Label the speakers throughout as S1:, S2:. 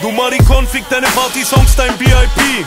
S1: Du Marikon, fick deine Party-Songs, dein VIP.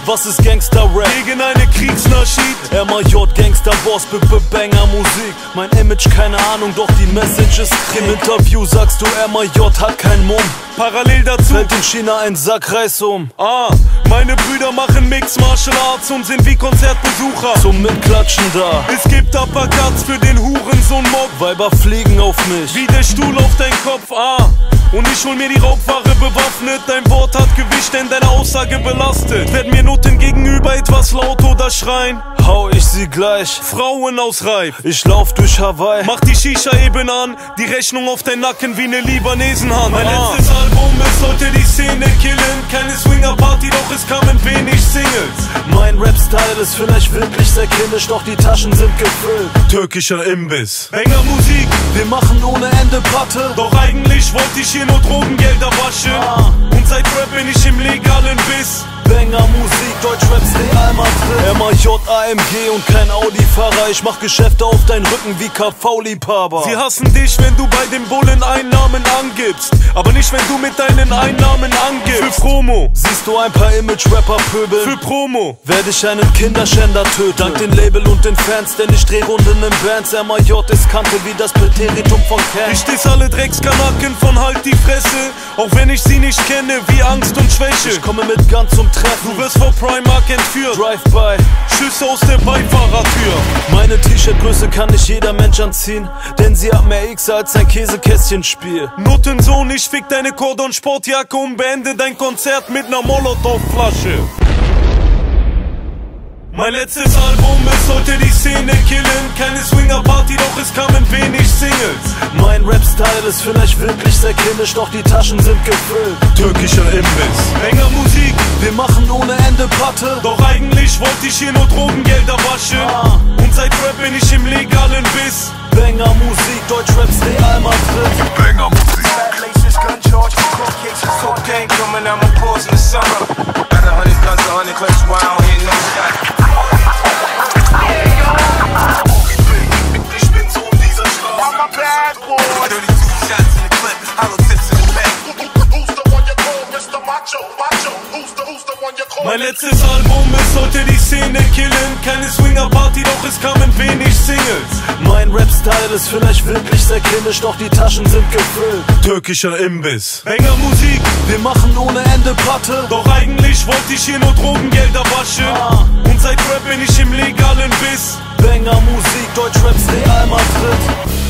S1: Was ist Gangster-Rap? Gegen eine Kriegsnaschid. MAJ, Gangster-Boss, b -b banger musik Mein Image, keine Ahnung, doch die Message ist Krieg. Im Interview sagst du, MAJ hat keinen Mumm. Parallel dazu fällt in China ein Sack Reis um. Ah, meine Brüder machen Mix Martial Arts und sind wie Konzertbesucher zum Mitklatschen da. Es gibt Uppercuts für den Hurensohn-Mob. Weiber fliegen auf mich. Wie der Stuhl auf dein Kopf, ah. Und ich hol mir die Raubware bewaffnet. Dein Wort hat Gewicht, denn deine Aussage belastet. Werd mir Noten gegenüber etwas laut oder schreien. Hau ich sie gleich. Frauen aus Reif. Ich lauf durch Hawaii. Mach die Shisha eben an. Die Rechnung auf dein Nacken wie ne Libanesenhand. Mein
S2: Ah.
S1: letztes Album, es sollte die Szene killen. Keine Swinger-Party, doch es kamen wenig Singles. Mein Rap-Style ist vielleicht wirklich sehr kindisch, doch die Taschen sind gefüllt. Türkischer Imbiss. Banger Musik, wir machen ohne Ende Platte. Doch eigentlich wollte ich hier nur Drogengelder waschen. Und seit Rap bin ich im legalen Biss. Banger Musik, Deutschraps Real Madrid. MAJ, AMG und kein Audi-Fahrer. Ich mach Geschäfte auf deinen Rücken wie KV-Liebhaber. Sie hassen dich, wenn du bei den Bullen Einnahmen angibst. Aber nicht, wenn du mit deinen Einnahmen angibst. Für Promo. Siehst du ein paar Image-Rapper pöbeln. Für Promo. Werde ich einen Kinderschänder töten. Dank den Label und den Fans, denn ich dreh Runden in Bands. MAJ ist Kante wie das Präteritum von Cat. Ich diss alle Dreckskanaken von halt die Fresse. Auch wenn ich sie nicht kenne, wie Angst und Schwäche. Ich komme mit Gun zum Treffen. Du wirst vor Primark entführt. Drive-by. Schüsse aus der Beifahrertür. Meine T-Shirt-Größe kann nicht jeder Mensch anziehen. Denn sie hat mehr X als ein Käsekästchenspiel. Notensohn, ich fick deine Cordon-Sportjacke und beende dein Konzert mit ner Molotow-Flasche. Mein letztes Album, es sollte die Szene killen. Keine Swinger-Party, doch es kamen wenig Singles. Mein Rap-Style ist vielleicht wirklich sehr kindisch, doch die Taschen sind gefüllt. Türkischer Imbiss. Banger Musik, wir machen ohne Ende Platte. Doch eigentlich wollte ich hier nur Drogengelder waschen. Und seit Rap bin ich im legalen Biss. Banger Musik, Deutschraps Real Madrid.
S3: Banger Musik.
S4: Fat laces, gun charge, court cases, cocaine coming out my pores in the summer. Got a hundred guns, a hundred clips, why I don't hear no shot.
S3: Ich bin so in dieser Straße. I'm a bad boy.
S4: 32 shots in the clip, hollow tips in the back.
S3: Who- who- Who's the one you call Mr. Macho? Macho. Who's the, who's the one you call?
S1: Mein letztes Album, es sollte die Szene killen. Keine Swinger-Party, doch es kamen wenig Singles. Mein Rap-Style ist vielleicht wirklich sehr kindisch, doch die Taschen sind gefüllt. Türkischer Imbiss. Banger Musik, wir machen ohne Ende Platte. Doch eigentlich wollte ich hier nur Drogengelder waschen. Und seit Rap bin ich im legalen Biss. Banger Musik, Deutschraps Real Madrid.